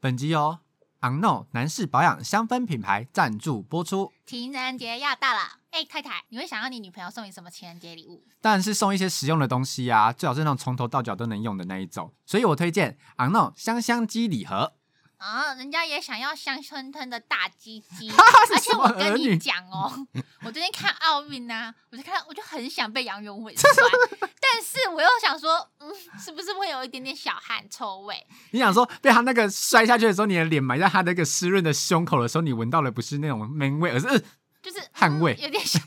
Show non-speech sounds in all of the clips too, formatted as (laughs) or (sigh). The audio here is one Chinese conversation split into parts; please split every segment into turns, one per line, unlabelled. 本集由 Unknown 男士保养香氛品牌赞助播出，
情人节要到了，哎、太太，你会想要你女朋友送你什么情人节礼物？
当然是送一些实用的东西啊，最好是那种从头到脚都能用的那一种。所以我推荐 Unknown 香香鸡礼盒。，
啊、人家也想要香喷喷的大鸡 (laughs) 鸡而且我
什么儿
跟
女
你讲 (laughs) 哦，我最近看奥运啊，我就看，我就很想被杨永伟 (laughs) 摔，但是我又想说，嗯，是不是会有一点点小汗臭味？
你想说被他那个摔下去的时候，你的脸埋在他那个湿润的胸口的时候，你闻到的不是那种闷味，而是、呃
就是
汗味
嗯有点 (laughs) 小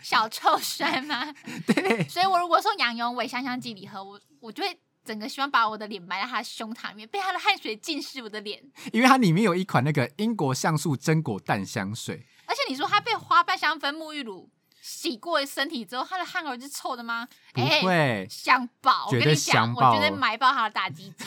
小臭酸吗？
对
所以我如果送杨永伟香香剂礼盒，我我就会整个希望把我的脸埋在他的胸膛里面，被他的汗水浸湿我的脸。
因为它里面有一款那个英国橡树榛果淡香水，
而且你说他被花瓣香氛沐浴乳洗过身体之后，他的汗味是臭的吗？
不会，
哎香爆！我
绝
跟
对
你讲，
香
我
爆
绝对埋爆他的大
(laughs)
鸡鸡，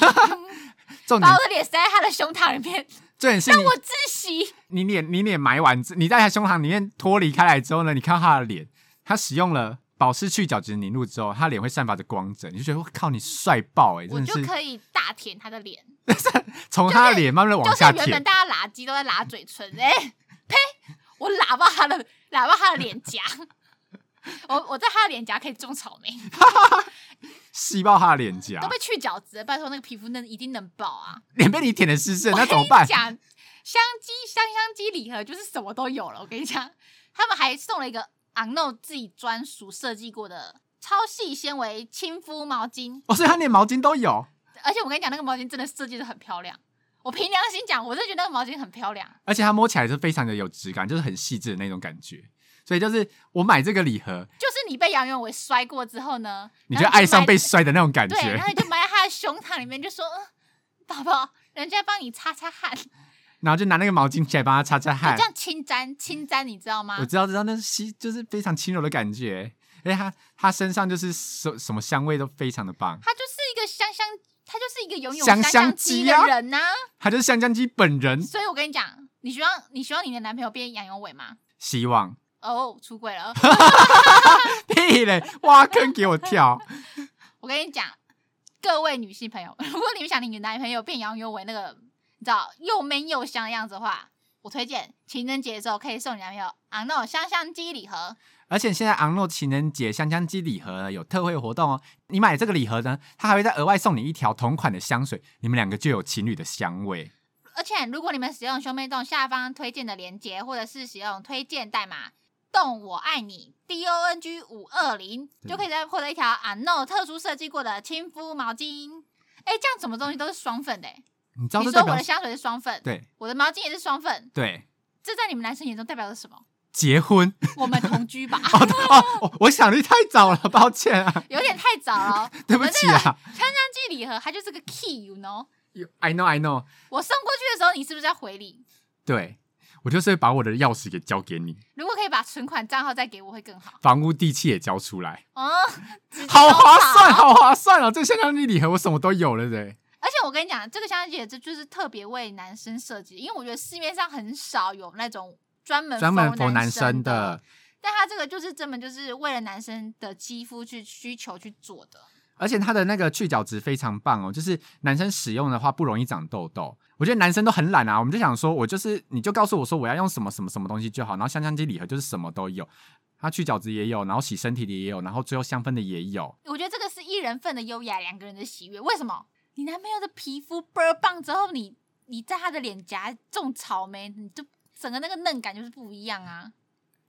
重
把
点
我的脸塞在他的胸膛里
(laughs)
面，
重点是
让
你
我窒息。
你脸你脸埋完之，你在他胸膛里面脱离开来之后呢，你看到他的脸，他使用了保湿去角质凝露之后，他脸会散发着光泽，你就觉得我靠，你帅爆哎、
我
真的
就是可以大舔他的脸，
从他的脸慢慢地
就
往
是
下
原本
舔，
大家拉鸡都在拉嘴唇，哎、呸！我拉爆他的，拉爆他的脸颊。 (laughs) 我我在他的脸颊可以
(laughs)
种草莓，
吸爆他的脸颊
都，被去角质了，拜托那个皮肤嫩一定能爆啊！
脸被你舔的
(laughs)
湿湿，那怎么
我跟
办
你？讲，香鸡香香鸡礼盒就是什么都有了。我跟你讲，他们还送了一个 Unknown 自己专属设计过的超细纤维亲肤毛巾，
哦，所以他连毛巾都有，
而且我跟你讲，那个毛巾真的设计的很漂亮。我凭良心讲，我是觉得那个毛巾很漂亮。
而且它摸起来是非常的有质感，就是很细致的那种感觉。所以就是我买这个礼盒，
就是你被杨元伟摔过之后呢，
你
然
就
后
爱上
埋
被摔的那种感
对，然
觉
后，你就埋在他的胸膛里面，就说：“嗯，宝宝，人家帮你擦擦汗，就
然后就拿那个毛巾起来帮他擦擦汗
这。样轻沾轻沾，你知道吗
我？”知道，知道，那是吸，就是非常轻柔的感觉。而且它它身上就是什什么香味都非常的棒，
他就是一个香香，他就是一个拥有
香香
香
鸡
鸡的
啊
人呐、
它就是香香鸡本人。
所以我跟你讲，你希望你希望你的男朋友变杨永伟吗？
希望 (laughs)
哦，出轨了！
屁嘞，挖坑给我跳。
我跟你讲，各位女性朋友， (laughs) 如果你们想你的男朋友变杨永伟那个，你知道又 man 又香的样子的话，我推荐情人节的时候可以送你男朋友啊那种香香鸡礼盒，
而且现在昂诺情人节香香鸡礼盒呢有特惠活动哦，你买这个礼盒呢，它还会再额外送你一条同款的香水，你们两个就有情侣的香味。
而且如果你们使用兄妹洞下方推荐的链接，或者是使用推荐代码“洞我爱你 ”D O N G 五二零，
对
就可以再获得一条 Unknown 特殊设计过的亲肤毛巾。哎，这样什么东西都是双份的、欸。
你知道
你
这代
说我
表
的香水是双份，
对
我的毛巾也是双份，
对
这在你们男生眼中代表着
(laughs)
什么？
结婚
我们同居吧，
哦 (laughs) 哦，我我想的太早了，抱歉啊，
有点太早了。哦
(laughs) 对不起啊。
香香剂礼盒它就是个 key，you know。
You- I know I know，
我送过去的时候，你是不是要回礼？
对我就是会把我的钥匙给交给你，
如果可以把存款账号再给我，会更好。
房屋地契也交出来，
哦，直接
(laughs) 好划
都
算，好划算哦！这香香鸡礼盒我什么都有了对。
而且我跟你讲，这个香姐这就是特别为男生设计，因为我觉得市面上很少有那种专门
专门
佛
佛男生
的
的，，
但它这个就是专门就是为了男生的肌肤去需求去做的。
而且它的那个去角质非常棒哦，就是男生使用的话不容易长痘痘。我觉得男生都很懒啊，我们就想说，我就是你就告诉我说我要用什么什么什么东西就好，然后香香鸡礼盒就是什么都有，它去角质也有，然后洗身体的也有，然后最后香氛的也有。
我觉得这个是一人份的优雅，两个人的喜悦。为什么？你男朋友的皮肤倍儿棒之后，你你在他的脸颊种草莓，你就整个那个嫩感就是不一样啊。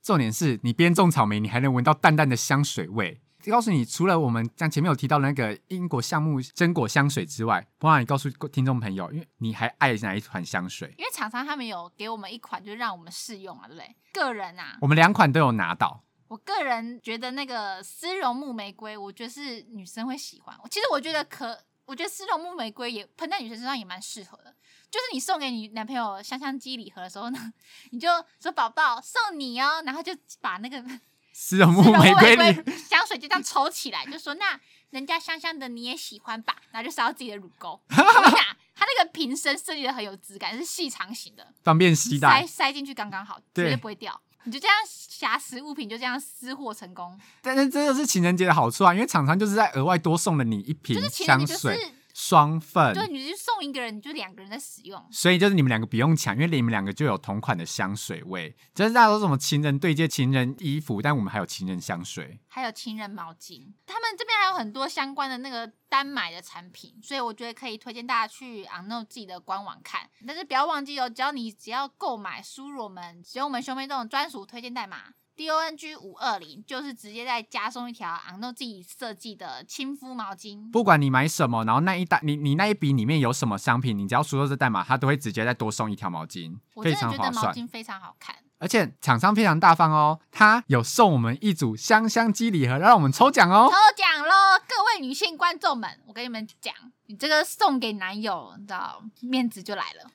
重点是你边种草莓，你还能闻到淡淡的香水味。告诉你，除了我们像前面有提到的那个英国橡木榛果香水之外，不然你告诉听众朋友，因为你还爱哪一款香水？
因为厂商他们有给我们一款，就是让我们试用啊，对不对？个人啊，
我们两款都有拿到。
我个人觉得那个丝绒木玫瑰，我觉得是女生会喜欢。其实我觉得可，我觉得丝绒木玫瑰也喷在女生身上也蛮适合的。就是你送给你男朋友香香鸡礼盒的时候呢，你就说宝宝送你哦，然后就把那个 (laughs)
丝绒木
丝绒
玫
木
瑰 (laughs)
玫
里
瑰香水就这样抽起来，就说那人家香香的你也喜欢吧，然后就烧自己的乳
(laughs)
沟。我跟你讲，它那个瓶身设计的很有质感，是细长型的，
方便携带
塞，塞进去刚刚好，
对
绝对不会掉。你就这样瑕疵物品就这样私货成功，
但是这就是情人节的好处啊，因为厂商就是在额外多送了你一瓶
就是情人
香
节就是
水，嗯双份，
就你就送一个人，你就两个人在使用。
所以就是你们两个不用抢，因为你们两个就有同款的香水味。就是大家都什么情人对接情人衣服，但我们还有情人香水。
还有情人毛巾，他们这边还有很多相关的那个单买的产品，所以我觉得可以推荐大家去 Unknow 自己的官网看。但是不要忘记哦，只要你只要购买，输入我们使用我们兄妹洞专属推荐代码 D O N G 五二零，就是直接再加送一条 Unknow 自己设计的亲肤毛巾。
不管你买什么，然后那一单你你那一笔里面有什么商品，你只要输入这代码，它都会直接再多送一条毛巾，
我
非
真的觉
常
得
划
毛
算。
巾非常好看，
而且厂商非常大方哦，他有送我们一组香香鸡礼盒，让我们抽奖哦
抽。奖喽！各位女性观众们，我跟你们讲，你这个送给男友，你知道面子就来了。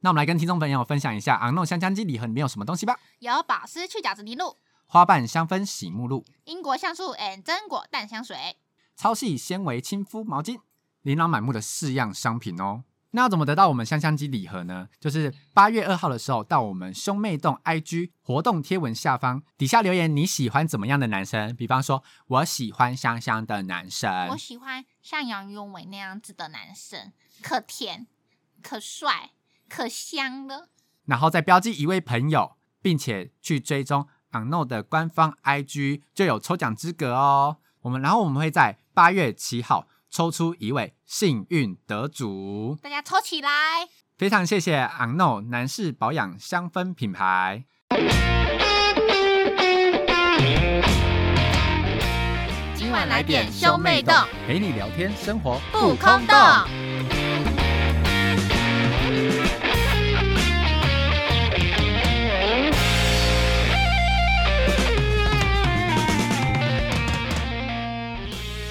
那我们来跟听众朋友分享一下昂诺香香鸡礼盒里面有什么东西吧。
也有保湿去角质凝露、
花瓣香氛洗沐露，
英国橡树 and 榛果淡香水。
超细纤维亲肤毛巾，琳琅满目的四样商品哦。那要怎么得到我们香香鸡礼盒呢？就是八月二号的时候，到我们兄妹洞 IG 活动贴文下方底下留言你喜欢怎么样的男生，比方说我喜欢香香的男
我
生，
喜欢像杨永伟那样子的男生，可甜、可帅、可香了。
然后再标记一位朋友，并且去追踪 Unknown 的官方 IG 就有抽奖资格哦。我们然后我们会在八月七号抽出一位幸运得主。
大家抽起来！
非常谢谢 Unknow 男士保养香氛品牌。
今晚来点兄妹洞，
陪你聊天，生活
不空洞。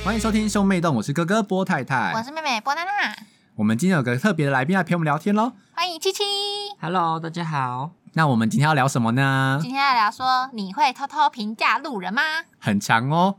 欢迎收听兄妹洞，我是哥哥波太太。
我是妹妹波娜娜，
我们今天有个特别的来宾来陪我们聊天喽。
欢迎七七。
Hello，大家好。
那我们今天要聊什么呢？
今天要聊说，你会偷偷评价路人吗？
很长哦，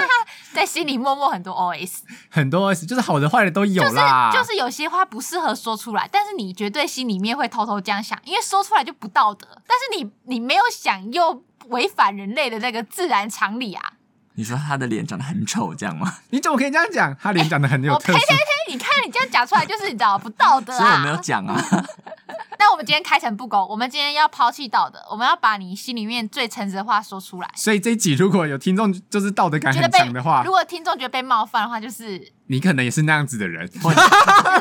(laughs)
在心里默默很多 OS，
很多 S，就是好的坏的都有
就是
啦。
就是有些话不适合说出来，但是你绝对心里面会偷偷这样想，因为说出来就不道德。但是你你没有想又违反人类的那个自然常理啊！
你说他的脸长得很丑，这样吗？
你怎么可以这样讲？他脸长得很有
我
特
呸
色
哦呸。呸！你看你这样讲出来就是你知道不道德
(laughs)
所以我没有
啊！
讲啊。 (laughs)
那我们今天开诚布公，我们今天要抛弃道德，我们要把你心里面最诚实的话说出来。
所以这一集如果有听众就是道德感
觉得
很
被
强的话
如，果听众觉得被冒犯的话，就是
你可能也是那样子的人。
就是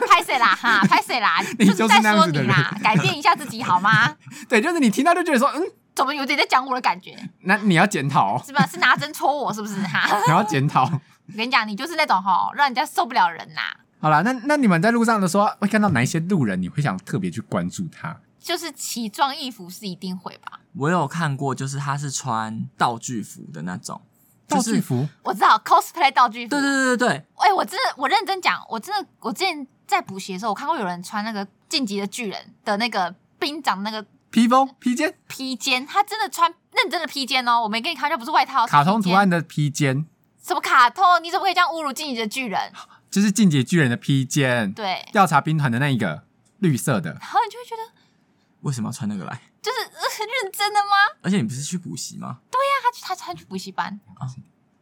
拍谁啦哈，拍
(laughs)
谁啦，
你
就是
就是
在
那样
说
子
你
的
啦，改变一下自己好吗？
(laughs) 对，就是你听到就觉得说，嗯，
怎么有点在讲我的感觉？
那你要检讨哦，
是吧？是拿针戳我是不是哈？
你要检讨。
我跟你讲，你就是那种吼，让人家受不了人呐、
好啦，那那你们在路上的时候会看到哪一些路人，你会想特别去关注他？
就是奇装异服是一定会吧？
我有看过，就是他是穿道具服的那种，就
道
是
具服，
我知道 cosplay 道具服，
对对对对对，
哎、我真的，我认真讲，我真的，我之前在补习的时候，我看过有人穿那个《晋级的巨人》的那个兵长那个
披风、披肩，
披肩，他真的穿认真的披肩哦，我没跟你开玩笑，不是外套，是
卡通
披
图
肩
案的披肩，
什么卡通？你怎么可以这样侮辱《晋级的巨人》？
就是《进阶巨人》的披肩，
对，
调查兵团的那一个绿色的。
然后你就会觉得，
为什么要穿那个来？
就是、呃、认真的吗？
而且你不是去补习吗？
他他他去补习班，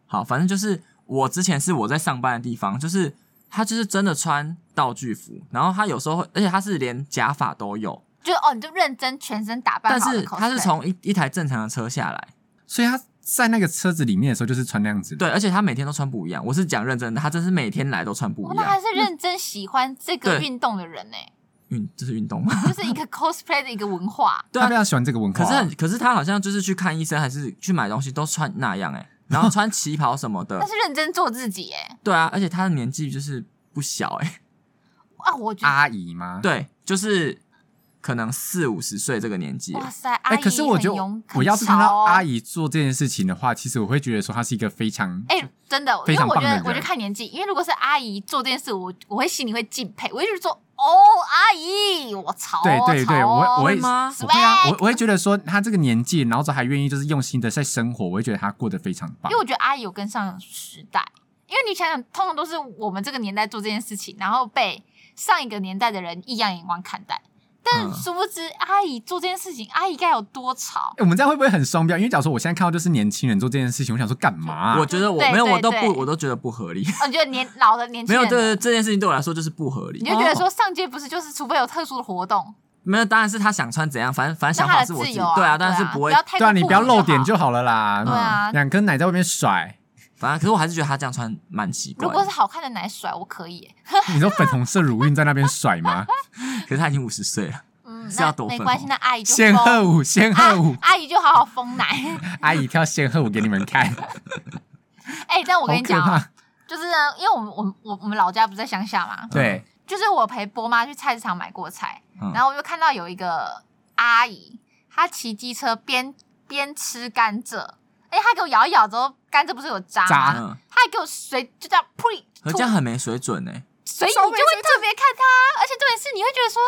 好，反正就是我之前是我在上班的地方，就是他就是真的穿道具服，然后他有时候会，而且他是连假发都有，
就是哦，你就认真全身打扮
但
好的
是
cosplay
他是从一一台正常的车下来，
所以他在那个车子里面的时候，就是穿那样子。，
对，而且他每天都穿不一样。我是讲认真的，他真是每天来都穿不
哦
一
那还
样。
是认真喜欢这个
对
运动的人呢、欸
运这是运动吗？
就是
(laughs)
一个 cosplay 的一个文化。
对
他
啊
非，常喜欢这个文化。
可是很，可是他好像就是去看医生还是去买东西都穿那样哎、然后穿旗袍什么
(laughs)
的
但。是认真做自己、哎
对啊，而且他的年纪就是不小哎、
啊，我觉得，
阿姨吗？。
对，就是可能四五十岁这个年纪了。欸
哇塞，阿
哎、
姨、
可是我觉得
勇，哦
我要是看到阿
姨，
姨做这件事情的话，其实我会觉得说她是一个非常
哎、真的，
非
因为
常
我
棒
觉
的
得，我
人
就看年纪，因为如果是阿姨做这件事，我我会心里会敬佩，我就觉得说，哦，阿姨，我哦操，
对对对，
操
我会我会
会吗
我会啊，
Swag
我我会觉得说他这个年纪，然后还愿意就是用心的在生活，我会觉得他过得非常棒
因为。我觉得阿姨有跟上时代，因为你想想，通常都是我们这个年代做这件事情，然后被上一个年代的人异样眼光看待。但
嗯
但殊不知，阿姨做这件事情，阿姨该有多吵。
欸我们这样会不会很双标？因为假如说我现在看到就是年轻人做这件事情，我想说干嘛啊、
我觉得我
对
没有，
对
我都
对
不，我都觉得不合理。
哦，你觉得年 (laughs) 老的年轻
没有，
人
对对，这件事情对我来说就是不合理
你。就觉得
哦
说上街不是就是，除非有特殊的活动，
没有，当然是他想穿怎样，反正反正
那
想
他
法
的
是我自
自
己，
由啊，
对
对
啊，但是不会，
要太
对啊，你不要
过
露
分就
点
好
就好了啦。嗯
对啊
两颗奶在外面甩，
反正可是我还是觉得他这样穿蛮奇怪
如
的。
果是好看的奶甩，我可以耶。
你说粉红色乳晕在那边甩
(laughs)
吗？
可是他已经五十岁了，
嗯，
是要
那
多
没
分
关
红
系，那阿姨就
仙
疯
鹤舞，仙
阿
鹤舞，
阿姨就好好封奶。 (laughs)
阿姨跳仙鹤舞给你们看，
哎， (laughs) 但我跟
好
你
可
讲哦，
怕。
就是呢因为我们我们我我们老家不是在乡下嘛，
对，
就是我陪波妈去菜市场买过菜，
嗯
然后我就看到有一个阿姨，她骑机车边边吃甘蔗，哎，她给我咬一咬之后，甘蔗不是有渣
渣
吗？
嗯，
她还给我随就这样噗一
可
吐
这样很没水准欸呢。
所以你就会特别看啊他，而且重点是你会觉得说，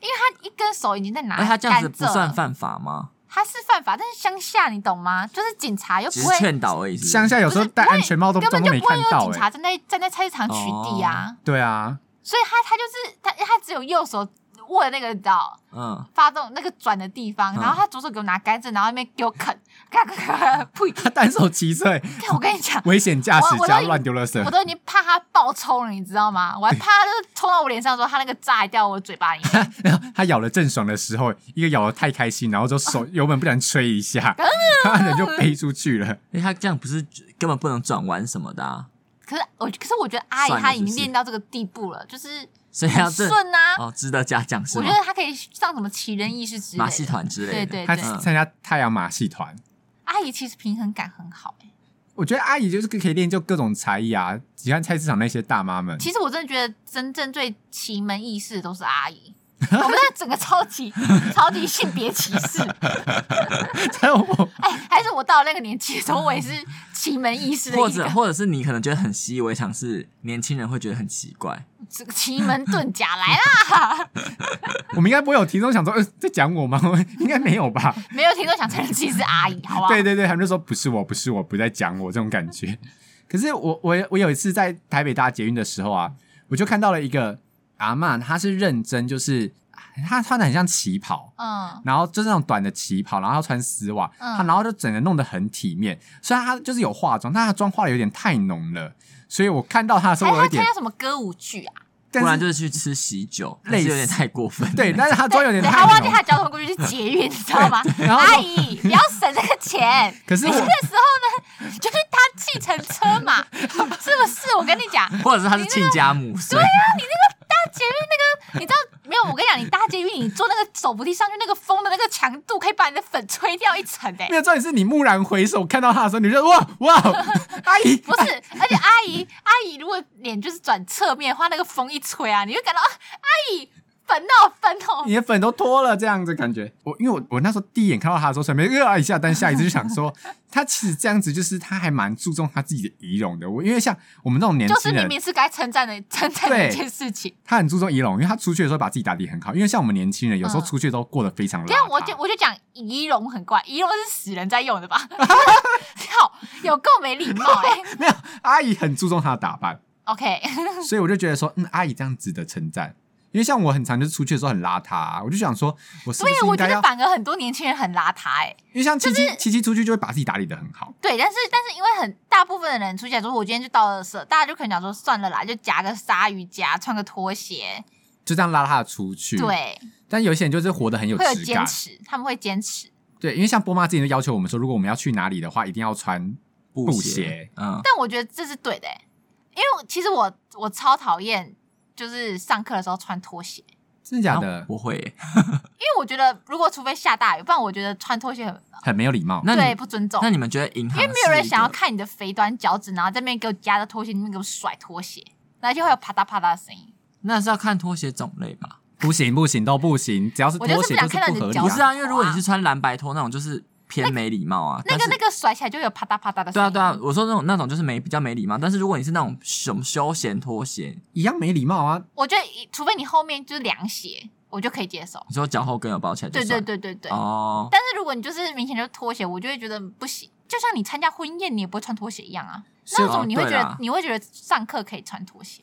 因为他一根手已经在拿
而他哎这样子
甘
不
蔗
算
了，
犯法吗？
他是犯法，但是乡下你懂吗？就是警察又
只
不
是
会，
劝导而已是不是。
乡下有时候
不是
戴
不会
安全帽都
根
装作
本就
没
不会
看
有
到
警
哎。
察站在站在菜市场取缔
哦
啊，
对啊，
所以他他就是他他只有右手握那个你知道
嗯，
发动那个转的地方，
嗯
然后他左手给我拿甘蔗，然后那边给我啃，咔咔咔咔，呸！
他单手骑车，
看我跟你讲，
危险驾驶
我我都
加乱丢垃圾
我。都已经怕他爆抽了，你知道吗？我还怕他就是冲到我脸上的时候，他那个炸还掉我嘴巴里面。
然后他咬了郑爽的时候，一个咬的太开心，然后就
哦
手油门不然吹一下，
啊
他人就飞出去了。
因为他这样不是根本不能转弯什么
(laughs)
的啊，
可是我，可是我觉得阿姨
算了
她已
是
经
不是
练到这个地步了，就是
所以要
很
这
顺啊。
哦，值得嘉奖是
我
吗
觉？得她可以上什么奇人异事之类的
马戏，团之类的，
对
他
对
参加太阳马戏团，
阿姨其实平衡感很好、欸。
我觉得阿姨就是可以练就各种才艺啊。你看菜市场那些大妈们，
其实我真的觉得真正最奇门异事的都是阿姨，我们这整个超级超级性别歧视。
还有 (laughs) 我
哎、还是我到了那个年纪的时候，我也是奇门异事的
或
一
者
个，
或者是你可能觉得很习以为常，是年轻人会觉得很奇怪。
这个奇门遁甲来
(laughs)
啦。
我们应该不会有听众想说，呃，在讲我吗？ (laughs) 应该没有吧？
没有听众想承认自己是阿姨，好不好？
对对对，他们就说不是我，不是我，不在讲我这种感觉。 (laughs) 可是我我我有一次在台北搭捷运的时候啊，我就看到了一个阿嬷，她是认真，就是她穿的很像旗袍，
嗯，
然后就是那种短的旗袍，然后她穿丝袜，
嗯
她然后就整个弄得很体面。虽然她就是有化妆，但她妆化的有点太浓了，所以我看到她的时
还
候，
是
我有
她
点
哎参加，什么歌舞剧啊？
但
不然
是
就是去吃喜酒，
类
类
似
似有点太过
(laughs)
分。
对，但是她妆有点
对
太
他忘记
浓。
他交通工具是捷运，你知
(laughs)
道吗？
然后
阿姨，不要省这个钱。
可是
(laughs) 你
我
去的时候呢，就是搭计程
(laughs)
车嘛，是不是？我跟你讲，
(laughs) 或者是他是亲家
啊
母，所以
捷运那个，你知道没有？我跟你讲，你搭捷运，你坐那个手扶梯上去，那个风的那个强度可以把你的粉吹掉一层欸诶、
没有重点是你蓦然回首看到她的时候，你就哇哇，阿姨，
不是，而且阿姨， (laughs) 阿姨如果脸就是转侧面的话，那个风一吹啊，你就感到啊阿姨粉哦粉哦，
你的粉都脱了，这样子感觉。我因为我我那时候第一眼看到他的时候，想没热一下，但下一次就想说，他其实这样子就是他还蛮注重他自己的仪容的。我因为像我们这种年
就是
轻
明
人，
明是该称赞的 (laughs) 称赞的
对
一件事情。
他很注重仪容，因为他出去的时候把自己打理很好。因为像我们年轻人，有时候
嗯
出去都过得非常邋
这样我
遢。
就我就讲仪容很怪，仪容是死人在用
(laughs)
的吧？好，有够没礼貌哎、
没有阿姨很注重她的打扮，
OK，
所以我就觉得说，嗯，阿姨这样值得称赞。因为像我很常就是出去的时候很邋遢、啊我就想说，我是不
所
是
以
应
啊我觉
该
得
要？
反而很多年轻人很邋遢哎、
因为像七七七七出去就会把自己打理的很好。
对，但是但是因为很大部分的人出去说，我今天就到垃圾，大家就可能讲说算了啦，就夹个鲨鱼夹，穿个拖鞋，
就这样邋遢的出去，。
对，
但有一些人就是活得很有
会有
质
坚
感，
持，他们会坚持。
对，因为像波妈之前就要求我们说，如果我们要去哪里的话，一定要穿
布
鞋，
嗯，
但我觉得这是对的、欸，因为其实我我超讨厌就是上课的时候穿拖鞋，
真的假
然后
的？
我会。
因为我觉得如果除非下大雨，不然我觉得穿拖鞋很
很没有礼貌。
那
对
你
不尊重
那。你们觉得银行
因为没有人想要
是一个
看你的肥短脚趾，然后在那边给我夹着拖鞋，那边给我甩拖鞋，然后就会有啪嗒啪嗒的声音。
那是要看拖鞋种类吧？
不行不行都不行，只要是
我
拖
就是
鞋
不想
就是
看到
不
你的
合理、
脚
啊。
不
哇
是啊，因为如果你是穿蓝白拖那种，就是偏没礼貌啊。
那
但
个
是
那个甩起来就会有啪嗒啪嗒的
对
声
啊
音。
对啊，我说那种那种就是没比较没礼貌，但是如果你是那种什么休闲拖鞋，
一样没礼貌啊！
我觉得一除非你后面就是凉鞋，我就可以接受。
你说脚后跟有包起来就
对
算
对
了，
对对对。
哦，
但是如果你就是明显就是拖鞋，我就会觉得不行。就像你参加婚宴，你也不会穿拖鞋一样啊。那
所以
为什么你会觉
哦对
得
啦
你会觉得上课可以穿拖鞋？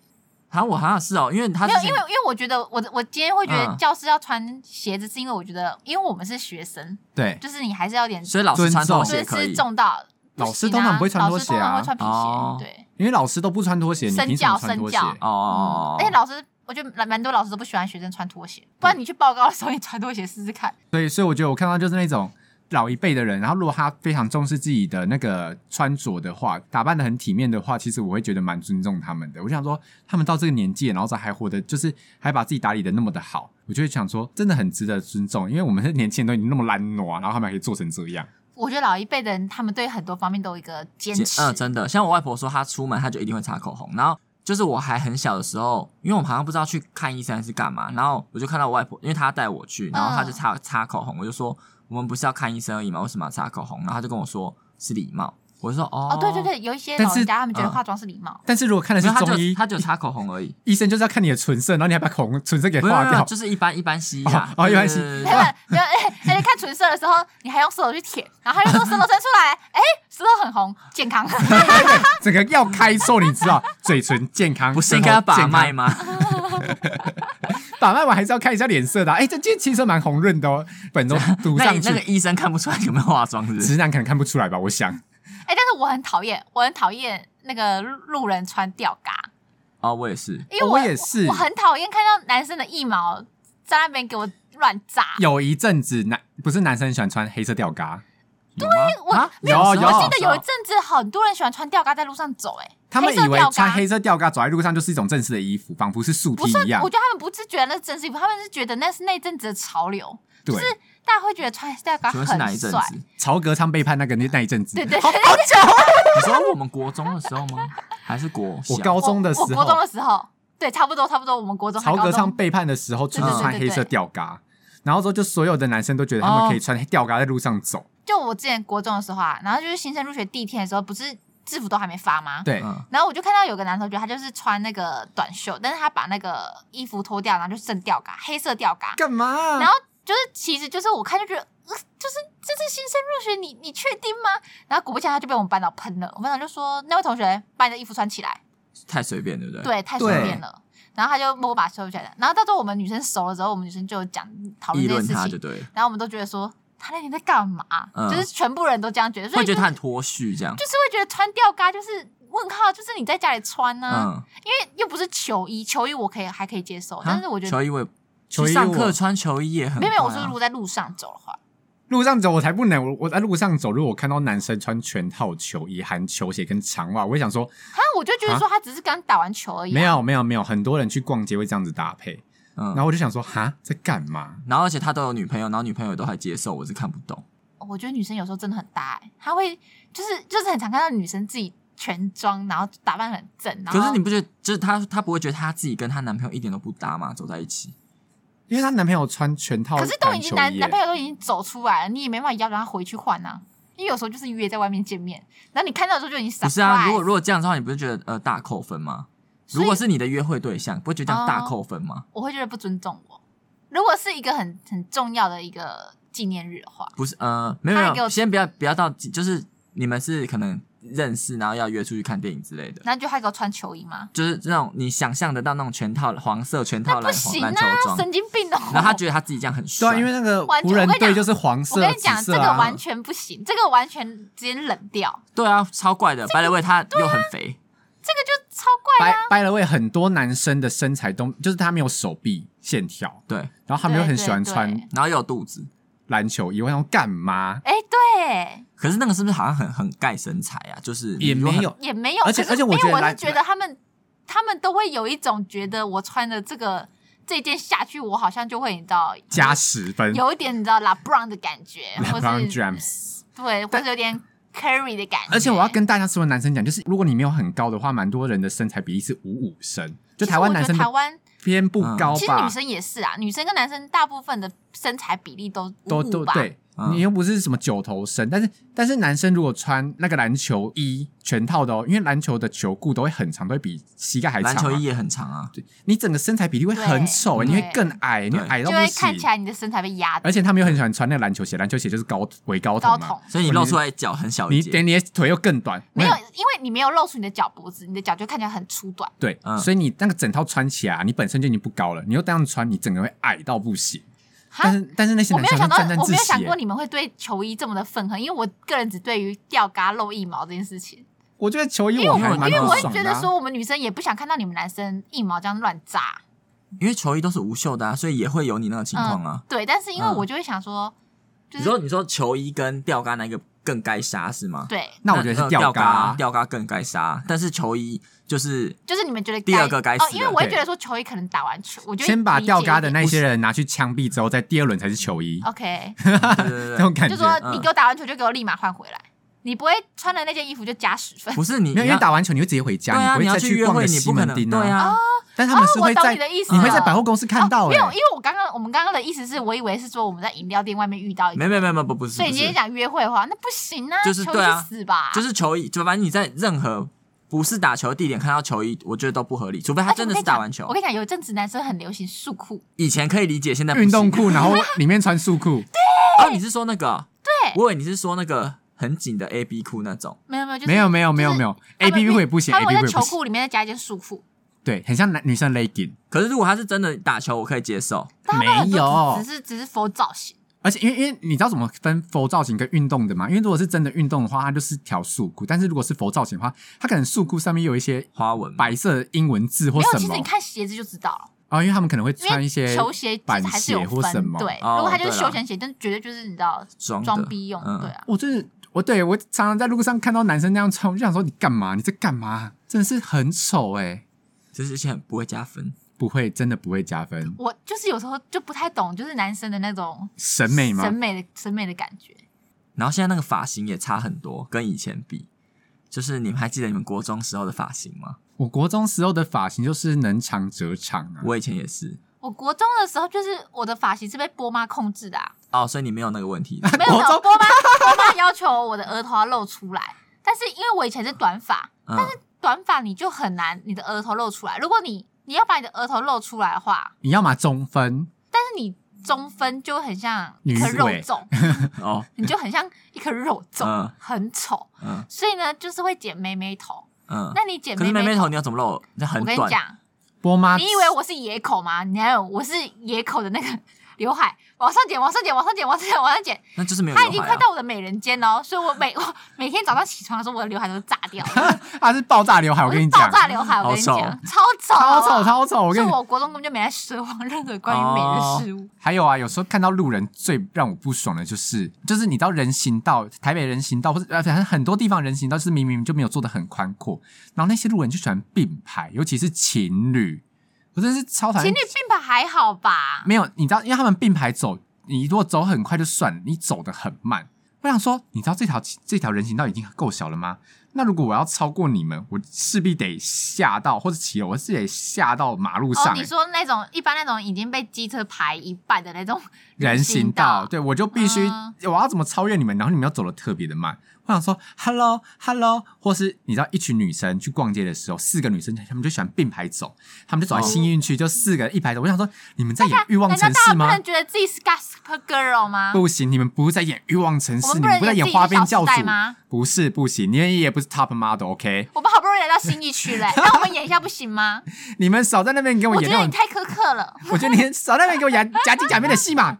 好像我好像是哦，因为他
没有，
之前
因为因为我觉得我我今天会觉得
嗯
教师要穿鞋子，是因为我觉得，因为我们是学生，
对，
就是你还是要有点
所以老师穿拖
尊
鞋
尊
可以
师，重道。
老师
不行
通
啊
常不会穿拖鞋啊
老师通常会穿皮鞋，
哦
对。
因为老师都不穿拖鞋，你
身
凭什么
教
穿拖鞋
身？教
哦哦哦
而且嗯哎老师，我觉得蛮蛮多老师都不喜欢学生穿拖鞋，不然你去报告的时候，你穿拖鞋试试看。
所以，所以我觉得我看到就是那种老一辈的人，然后如果他非常重视自己的那个穿着的话，打扮的很体面的话，其实我会觉得蛮尊重他们的。我就想说，他们到这个年纪，然后还活得就是还把自己打理的那么的好，我就会想说，真的很值得尊重，因为我们是年轻人都已经那么懒惰啊，然后他们还可以做成这样。
我觉得老一辈的人，他们对很多方面都有一个坚持。
嗯，真的，像我外婆说，她出门她就一定会擦口红。然后就是我还很小的时候，因为我们好像不知道去看医生还是干嘛，然后我就看到我外婆，因为她带我
嗯
去，然后她就擦擦口红，我就说我们不是要看医生而已吗？为什么要擦口红？然后她就跟我说是礼貌，我就说哦，
哦，对对，对，有一些
但
老
是
人家他们觉得
嗯
化妆是礼貌，
但是如果看的
没
是
有，她
中
就
医，
她就擦口红而已，
医生就是要看你的唇色，然后你还把口红唇色 (laughs) 给
不用
化
不
掉
用，，就是一般一般西亚
哦哦一般西
对对对
(laughs) 没有没
对对
有没有，哎而且看唇色的时候，你还用舌头去舔，然后他就说舌头伸出来，哎，舌头很红，健康。 (laughs) 哎
整个要开臭，你知道，嘴唇健康 (laughs)
不是
然
应
后
该要把
健康
脉吗？
把脉完还是要看一下脸色的啊、哎、这今天其实蛮红润的哦，本周读
(laughs) 那
上
你
去
那，个医生看不出来有没有化妆，是不是？
直男可能看不出来吧，我想。
哎，但是我很讨厌，我很讨厌那个路人穿吊嘎，
哦，我也是，
因为
哦
我
我也是
我很讨厌看到男生的腋毛在那边给我乱扎。
(laughs) 有一阵子男不是男生喜欢穿黑色吊嘎，
对
我
没有我
我记得有一阵子很多人喜欢穿吊嘎在路上走，哎，
他们
黑色
以为
吊
穿
嘎
黑色吊嘎走在路上就是一种正式的衣服，仿佛是素 T
不是，
一样
我。觉得他们不是觉得那是真是衣服，他们是觉得那是那阵子的潮流，
对，
大家会觉得穿吊嘎
请问是哪
啊
一
很
阵
帅。
子？
曹格昌背叛那个那那一阵子，
对对
好
对
好久。
你说我们国中的时候吗？ (laughs) 还是国小
我高
我
中的时
我国中
候，
的时候，对，差不多差不多，我们国中还
曹
高
格昌
中。
背叛的时候就是
对
对对
穿
对
黑
对
色吊嘎，然后之后就所有的男生都觉得他们
哦
可以穿吊嘎在路上走。
就我之前国中的时候啊，然后就是新生入学第一天的时候，不是制服都还没发吗？。
对，
嗯，
然后我就看到有个男同学，他就是穿那个短袖，但是他把那个衣服脱掉，然后就剩吊嘎，黑色吊嘎。
干嘛
然？后就是其实就是我看就觉得，呃、就是这次新生入学，你你确定吗？然后果不其然，他就被我们班长喷了。我们班长就说：“那位同学，把你的衣服穿起来。
太随便，对不”对？
对，太随便了。然后他就默默把收起来。然后到时候我们女生熟了之后，我们女生就有讲讨论
议
这
论
件
他
事
就
情，
对了，
然后我们都觉得说他那天在干嘛、
嗯
就是全部人都这样觉得，所
会
以、就是、
觉得他很脱序这样。
就是会觉得穿吊嘎就是问号，就是你在家里穿呢、
嗯，
因为又不是球衣，球衣我可以还可以接受，
啊
但是我觉得
球衣我也
球衣
去上
我
课穿球衣也很
没有没有，我
怪
说
啊
如果在路上走的话，
路上走我才不能，我我在路上走，如果我看到男生穿全套球衣、含球鞋跟长袜，我会想说，
他我就觉
啊
得说他只是刚打完球而已、啊，
没有没有没有，很多人去逛街会这样子搭配，然
嗯，
后我就想说，哈，在干嘛？
然后而且他都有女朋友，然后女朋友都还接受，我是看不懂。
我觉得女生有时候真的很搭、欸，她会就是就是很常看到女生自己全妆，然后打扮很正，然后
可是你不觉得，就是她她不会觉得她自己跟她男朋友一点都不搭吗？走在一起，
因为她男朋友穿全套
可
篮
是
球
都已经男
衣
欸
男朋友都已经走出来了，你也没办法要让他回去换啊。因为有时候就是约在外面见面，然后你看到的时候就已经傻
不是啊？如果如果这样的话，你不是觉得呃大扣分吗？
所以
如果是你的约会对象，不会觉得这样大扣分吗？
我会觉得不尊重我。如果是一个很很重要的一个纪念日的话，
不是呃，没有
他还
没
给我
有，先不要不要到，就是你们是可能认识，然后要约出去看电影之类的，
那就还给我穿球衣吗？
就是那种你想象得到那种全套黄色全套
那不
篮
行
篮球
啊，(laughs)
装，
神经病哦！
然后他觉得他自己这样很
对
帅，
啊，因为那个
完全
湖人
我跟
队
你讲
就是黄色、
我跟你讲，
紫
这
色
个
啊，
完全不行，这个完全直接冷掉，
对啊，超怪的。by the way，他
啊
又很肥，
这个就超怪
掰
啦、
掰了位很多男生的身材都就是他没有手臂线条，
对，
然后他们又
对
很喜欢
对
穿
对
然后又有肚子。
篮球衣，我想说干嘛？
哎、对，
可是那个是不是好像很很盖身材啊？就是
也没
你如果
有，
也没有，
而且
可是
而且我
因
觉
为
得
我
来
是觉得他们他们都会有一种觉得我穿的这个这件下去，我好像就会你知道
加十分。
有一点你知道 LeBron 的感觉，或
LeBron
是
James，
对，或是有点 Curry 的感觉。
而且我要跟大家所有男生讲，就是如果你没有很高的话，蛮多人的身材比例是五五身，就
其实
台湾
我觉
男
得
生
台
的
湾
偏不
嗯
高
其实
吧
女，生也是啊，女生跟男生大部分的身材比例都五
都
五
都
吧
对，
嗯
你又不是什么九头身，但是但是男生如果穿那个篮球衣全套的哦，因为篮球的球裤都会很长，都会比膝盖还长
篮
嘛、
球衣也很长啊，
对，你整个身材比例会很丑、
对
你会
对
更矮，你会
对
矮到
就
不
会看起
行。
来你的身材被压的
而且他们又很喜欢穿那个篮球鞋，篮球鞋就是高围高筒
高
嘛，
筒，
所以你露出来脚很小一
你
截
等。你的腿又更短，
没有
我想，
因为你没有露出你的脚脖子，你的脚就看起来很粗短。
对、
嗯
所以你那个整套穿起来啊，你本身就已经不高了，你又这样穿，你整个会矮到不行。
哈
但，是但是那些
我
男
没有
生
想到
会沾沾，
我
自
没有
喜、
想过
欸。
你们会对球衣这么的愤恨，因为我个人只对于吊嘎露一毛这件事情，
我觉得球衣
因为我
还蛮
因为
不
我会
爽
觉
的、
得
啊。
说，我们女生也不想看到你们男生一毛这样乱扎。
因为球衣都是无袖的、啊，所以也会有你那个情况啊。
对，但是因为
嗯
我就会想说，就
你
是
说你说球衣跟吊杆那个更该杀是吗？
对，
那我觉得是吊
吊
嘎啊、
吊杆更该杀。但是球衣
(laughs)
就是
就是你们觉得该
第二个该死的
哦，因为我会
对
觉得说球衣可能打完球，我就
先把吊嘎的那
理解
些
一点
人拿去枪毙之后，在第二轮才是球衣，
OK，
对对
(laughs) 这
对
种感
哦
觉。
就说
嗯
你给我打完球就给我立马换回来，你不会穿了那件衣服就加十分。
不是你
没有，因
要
为打完球你会直接回家，
对啊，
你不
你
会
要
再
去约
逛
会
个
你
西
不可
门
能
町
对啊，
但他们是
哦
会
我懂
在、
你的意思
会在
了
百货公司看到、
哦，
欸，
没有，因为我刚刚我们刚刚的意思是我以为是说我们在饮料店外面遇到一个
没，没没没不不是，
所以你
不
今
是
天讲约会的话，那不行啊，
就是
球
对啊
去死吧，
就是球衣，就反正你在任何不是打球的地点看到球衣，我觉得都不合理，除非他
而且
真
哎我
的
跟
是
你
打
讲
完球
我。跟你讲，有一阵子男生很流行束裤，
以前可以理解，现在不
运动
行
裤，然后里面穿束
(laughs)
裤，
哦，你是说那个？
对
我以为你是说那个很紧的 A B 裤那种。
没有没有，就是
没有没有没有没有，A
他们
P P 会不行
他
，A
们
P
会
P 会
在
不
球
行，
裤里面再加一件束裤，
对，很像男女生 legging，
可是如果他是真的打球，我可以接受。
但他们很
没有
多只只是只是否造型，
而且因为因为你知道怎么分佛造型跟运动的嘛？因为如果是真的运动的话，它就是条束裤；但是如果是佛造型的话，它可能束裤上面有一些
花纹
白色的英文字或
没有，
什
其实
么
你看鞋子就知道了，
啊、因为他们可能会
因
穿
为
一些
球鞋其
板
实还是有
鞋或
分
什么。
对，
哦
如果他就是
对
休
啦
闲鞋，但绝对就是你知道
装的嗯
装逼用，
嗯
对，啊，
我就是我对我常常在路上看到男生那样穿，我就想说你干嘛？你在干嘛？真的是很丑哎、
这是一些很不会加分。
不会，真的不会加分。
我就是有时候就不太懂，就是男生的那种
审美吗？
审美的审美的感觉。
然后现在那个发型也差很多，跟以前比，就是你们还记得你们国中时候的发型吗？
我国中时候的发型就是能长则长啊。
我以前也是。
我国中的时候，就是我的发型是被波妈控制的、
(laughs)
啊，
哦，所以你没有那个问
(laughs)
题。
没有没
国中
有，波妈波妈要求我的额头要露出来，但是因为我以前是短发，
嗯，
短发你就很难你的额头露出来。如果你你要把你的额头露出来的话，
你要嘛中分，
但是你中分就很像一颗
女
肉
鬼
(laughs)
粽，
哦，
你就很像一颗肉粽，
嗯
很丑。
嗯
所以呢，就是会剪妹妹头。
嗯。
那你剪
可是
妹
妹妹
妹
头你要怎么露？那很
我跟
短
你。讲，
波妈，
你以为我是野口吗？你还有我是野口的那个刘海，往上剪，往上剪，往上剪，往上剪，往上剪，
那就是没有
它已
刘
经
海
快
啊。
到我的美人尖了哦，所以我每 (laughs) 我每天早上起床的时候，我的刘海都是炸掉的，
她啊是爆炸 (laughs) 刘海，我
我
跟
是
你
爆
讲，
炸刘海，我跟你
好
讲，超丑，
超
好
丑
不好
超丑，我跟
所
你
以。我国中根本就没在奢望任何关于美的事物。
还有啊，有时候看到路人最让我不爽的就是，就是你知道人行道，台北人行道，或者呃反正很多地方人行道就是明明就没有做的很宽阔，然后那些路人就喜欢并排，尤其是情侣，我真的是超讨
情
厌
侣并排还好吧？
没有，你知道，因为他们并排走，你如果走很快就算，了，你走的很慢。我想说，你知道这条这条人行道已经够小了吗？那如果我要超过你们，我势必得下到或者骑楼，我是得下到马路
哦
上、，欸
你说那种一般那种已经被机车排一半的那种
人行道，
人，
对我就必须、
嗯
我要怎么超越你们？然后你们要走的特别的慢。我想说，hello hello，或是你知道，一群女生去逛街的时候，四个女生她们就喜欢并排走，她们就走在
哦
新运区，就四个人一排走。我想说，你们在演欲望
哎难道
城
大家
市
不
吗？
能觉得自己是 Gossip Girl 吗？
不行，你们不是在演欲望城
我
市，你
们不
们
能
不在演花边教主
演自己的小时代吗？
不是，不行，你们也不是 top model，OK？、
我们好不容易来到新一区
(laughs)
嘞，那我们演一下不行吗？
你们少在那边给我
我
演
觉
那
得你
种，
太苛刻了。
我觉得你少在那边给我演假金假面的戏
(laughs)
嘛。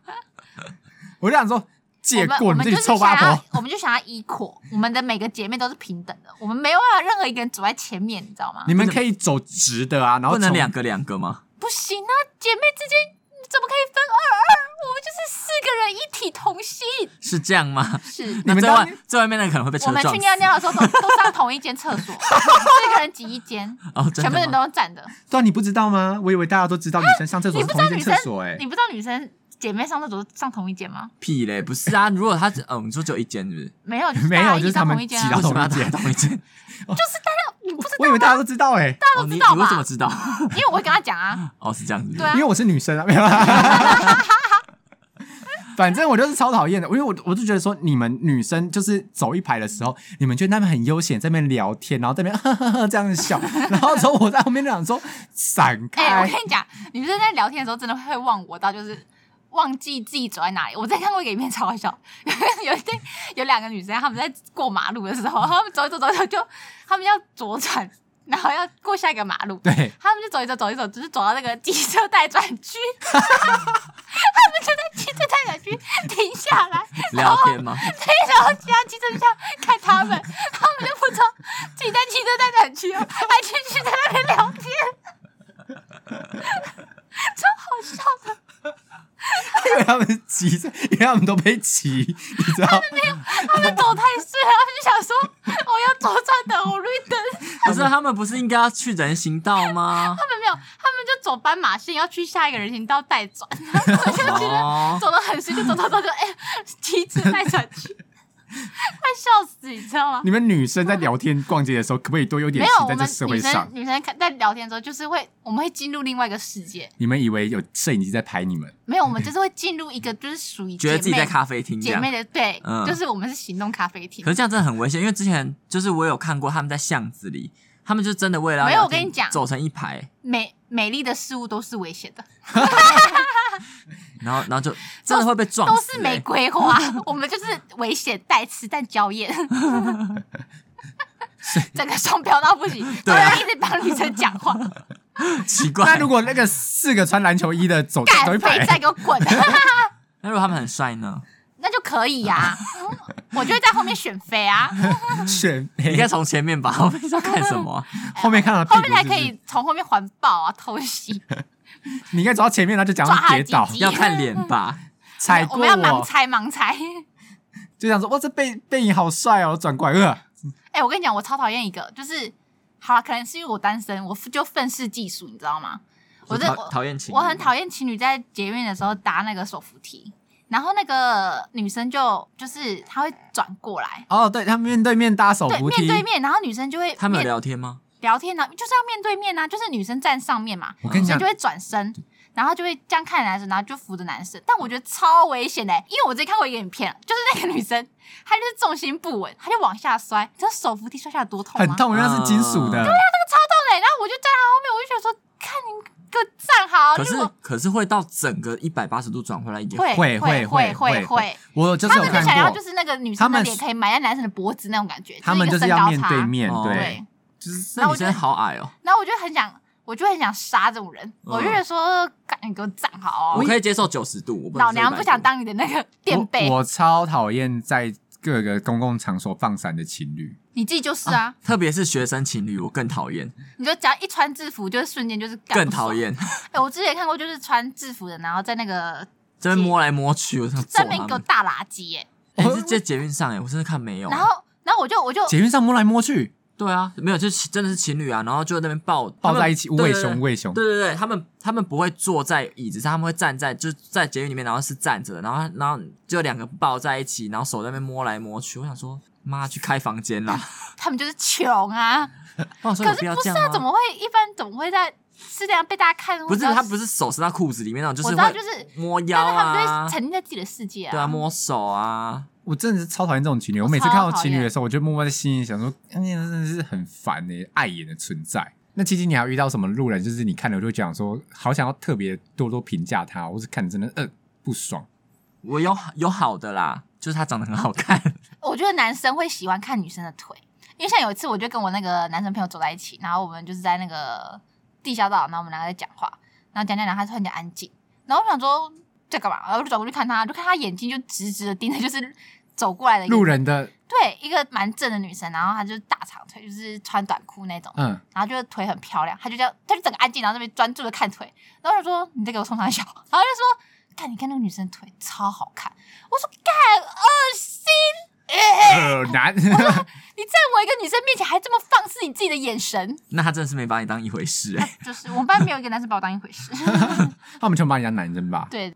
我就想说，
我
借
们
过
我
你
们
这
就
里
是
臭
想
八
要
婆，，
我们就想要 equal，我们的每个姐妹都是平等的，我们没有办法任何一个人走在前面，你知道吗
你？们可以走直的啊，然后
不能
从
两个两个吗？
不行啊，姐妹之间怎么可以分二二？我们就是四个人一体同心。
是这样
(laughs)
吗？
是
你
那
们
最
当
外最外面那个可能会被车
我们
撞
去
死。
尿尿的时候都都上同一间厕所，四个人挤一
(laughs)
间，
哦，
全
真
部
的
人
吗？
都站的。
对啊，你不知道吗？我以为大家都知道女生上厕所
你
是
不
同
知道
一间
女
厕
生
所、欸，，
你不知道女生姐妹上厕所上同一间吗？
屁嘞，不是啊！如果他只哦，你说只有一间是不是？
没有，就
没有
大家一
就是
起上
他们
同一间
挤
啊
到。
为什么要
同一间
打同
(laughs)
一间？
你不知
我以为大家都知道、欸，
哦，你
知道吧
你为什么知道？
因为我会跟他讲啊，
哦，是这样子。
对啊
因为我是女生啊，没有啦。 (laughs) 反正我就是超讨厌的，因为我我就觉得说，你们女生就是走一排的时候，你们就在那边很悠闲，在那边聊天，然后在那边呵呵呵这样笑，然后之后我在后面就想说闪
哎、我
开
跟，你讲，女生在聊天的时候真的会忘我到，就是忘记自己走在哪里。我在看过一个影片，超好笑。 (laughs) 有一对有两个女生，她们在过马路的时候，她们走一走走一走就，她们要左转，然后要过下一个马路，
对，
她们就走一走走一走，只是走到那个机车待转区，她们就在机车待转区停下来，
聊
(laughs)
天吗？
对，然后其他机车就这样看他们，他们就不知道自己在机车待转区哦，还继续在那边聊天，超好笑的。
因为他们急，因为他们都被急，你知道，
他们走太顺了，他们就想说我要左转等红绿灯，
不是他们不是应该要去人行
(laughs)
道吗？
他们没有，他们就走斑马线要去下一个人行道待转， (laughs) 然后我就觉得
哦，
走得很顺，就走走走就哎机车待转区，快笑死，你知道吗？
你们女生在聊天逛街的时候，可不可以多有点
没有，
心
我
在
们
这社会
女生
上？
女生看在聊天的时候，就是会我们会进入另外一个世界。
你们以为有摄影机在拍你们？
没有，我们就是会进入一个就是属于
觉得
姐
自己
妹
在咖啡厅这
姐
样
妹。的对，
嗯
就是我们是行动咖啡厅
可。是这样真的很危险，因为之前就是我有看过他们在巷子里，他们就真的为了要
没有
聊
我跟
天
你讲
走成一排，
美美丽的事物都是危险的，
然后然后就真的会被撞
都
死
是玫
欸
瑰花，我们就是危险带刺但娇
(laughs)
艳，整个双标到不
(laughs)
行，
对啊
都要一直帮女生讲
(laughs)
话，
(laughs) 奇
那
(laughs)
怪。
如果那个四个穿篮球衣的走走一
干肥
排，
仔给我
(laughs)
滚，
那如果他们很帅呢？
那就可以呀、嗯我就会在后面选妃啊，
(laughs) 选哎
你应该从前面吧，后面要看什 (laughs) 么啊？
后面看到屁股
后面才可
是
以从后面环抱啊，偷袭，
不是，你应该走到前面，然后就假
抓
装
他
跌
的
倒
鸡，鸡
要看脸吧。
踩
我
过
们要盲
我，
猜盲猜。 (laughs)
就想说哇，这背背影好帅哦，转过来，呃，
哎、我跟你讲，我超讨厌一个，就是好了，可能是因为我单身，我就愤世嫉俗，你知道吗？我这
讨
我
讨厌情侣，
我很讨厌情侣在捷运的时候搭那个手扶梯，然后那个女生就就是她会转过来，
哦，对他们面对面搭手
对
扶
面
梯，
对面，然后女生就会
他们有
面
聊天吗？
聊天呢、就是要面对面啊，就是女生站上面嘛，
我跟你
所
讲
以就，会转身，然后就会这样看男生，然后就扶着男生。但我觉得超危险的、欸因为我之前看过一个影片，就是那个女生她就是重心不稳，她就往下摔，你知道手扶梯摔下来多痛
很
吗？啊
痛，因为它是金属的，
嗯
对，然后我就站她后面，我就想说，看你们给我站好，
可是
就我
可是会到整个一百八十度转回来一点，
会
会
会
会
会
会。我就是
他
有
们就
看
想要就
过，
是那个女
他
生的
们
脸可以埋在男生的脖子那种感觉，
他们
就
就是是
一个
要
身
面
高差
对。面，
哦
对，
对，
就是
然
那
后
女生
我就
好矮哦。
然后我就很想，我就很想杀这种人，我就觉得说，赶紧给我站好
嗯我
哦，
可以接受九十度，我不能
老娘
100
不
度
想。当你的那个垫背
我，我超讨厌在各个公共场所放闪的情侣，
你自己就是啊，
特别是学生情侣，我更讨厌，
你就只要一穿制服，就是瞬间就是干
更
不爽
讨。厌，
哎，我之前也看过，就是穿制服的，然后在那个
这边摸来摸去，我想揍
上面
他
给我
们。
大垃圾哎，
哎，是在捷运上哎，我真的看没有。
然后然后我就我就
捷运上摸来摸去，
对啊，没有，就是真的是情侣啊，然后就在那边抱
抱在一起，无尾熊，无
喂。
尾熊，
对对对，他们他们不会坐在椅子上，他们会站在就是在捷运里面，然后是站着的，然后然后就两个抱在一起，然后手在那边摸来摸去。我想说，妈去开房间啦！
他们就是穷啊，
我想说
可
有必
是
要
不
这
是
样
啊，
吗？
怎么会一般怎么会在是这样被大家看？
不是
我
他
知道
不是手伸到裤子里面那种，就
我
是
知道
会
就是，
摸腰
但是他们就会
啊，
沉浸在自己的世界啊。
对啊，摸手啊，
我真的是超讨厌这种情侣。我每次
超
看到
讨
情
厌
侣的时候，我就默默在心里想说，嗯，真的是很烦欸呢、碍眼的存在。那琪琪，你还有遇到什么路人？就是你看了就讲说，好想要特别多多评价他，我是看着真的呃不爽。
我有有好的啦，就是他长得很好看， (laughs)
我觉得男生会喜欢看女生的腿，因为像有一次，我就跟我那个男生朋友走在一起，然后我们就是在那个地下道，然后我们两个在讲话，然后讲讲讲，他突然间安静，然后我想说在干嘛，然后我就转过去看他，就看他眼睛就直直的盯着，就是走过来的一个
路，人的
对，一个蛮正的女生，然后她就是大长腿，就是穿短裤那种，
嗯，
然后就是腿很漂亮，他就这样，他就整个安静，然后那边专注的看腿，然后我就说你在给我冲上小，然后就说看你看那个女生腿超好看，我说干恶心，
呃男， (laughs)
你在我一个女生面前还这么放肆你自己的眼神，
那他真的是没把你当一回
(laughs)
事哎、
就是我们班没有一个男生把我当一回事， (laughs)
他们全把你当男人吧？
对，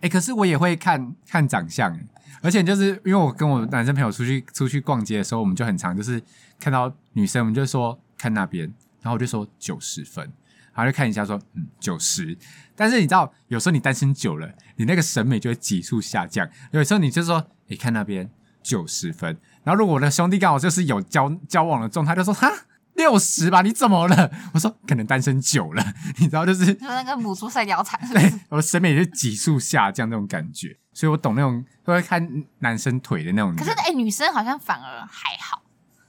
哎、可是我也会看看长相欸，而且就是因为我跟我男生朋友出去出去逛街的时候，我们就很常就是看到女生，我们就说看那边，然后我就说九十分，然后就看一下说，嗯，九十。但是你知道，有时候你单身久了，你那个审美就会急速下降。有时候你就说，你看那边九十分，然后如果我的兄弟刚好就是有交交往的状态，就说哈六十吧，你怎么了？我说可能单身久了， (laughs) 你知道，就是
就是那个母猪赛貂蝉，是不
对 (laughs)
是？
我审美就急速下降那种感觉。所以我懂那种会看男生腿的那种人。
可是哎、女生好像反而还好，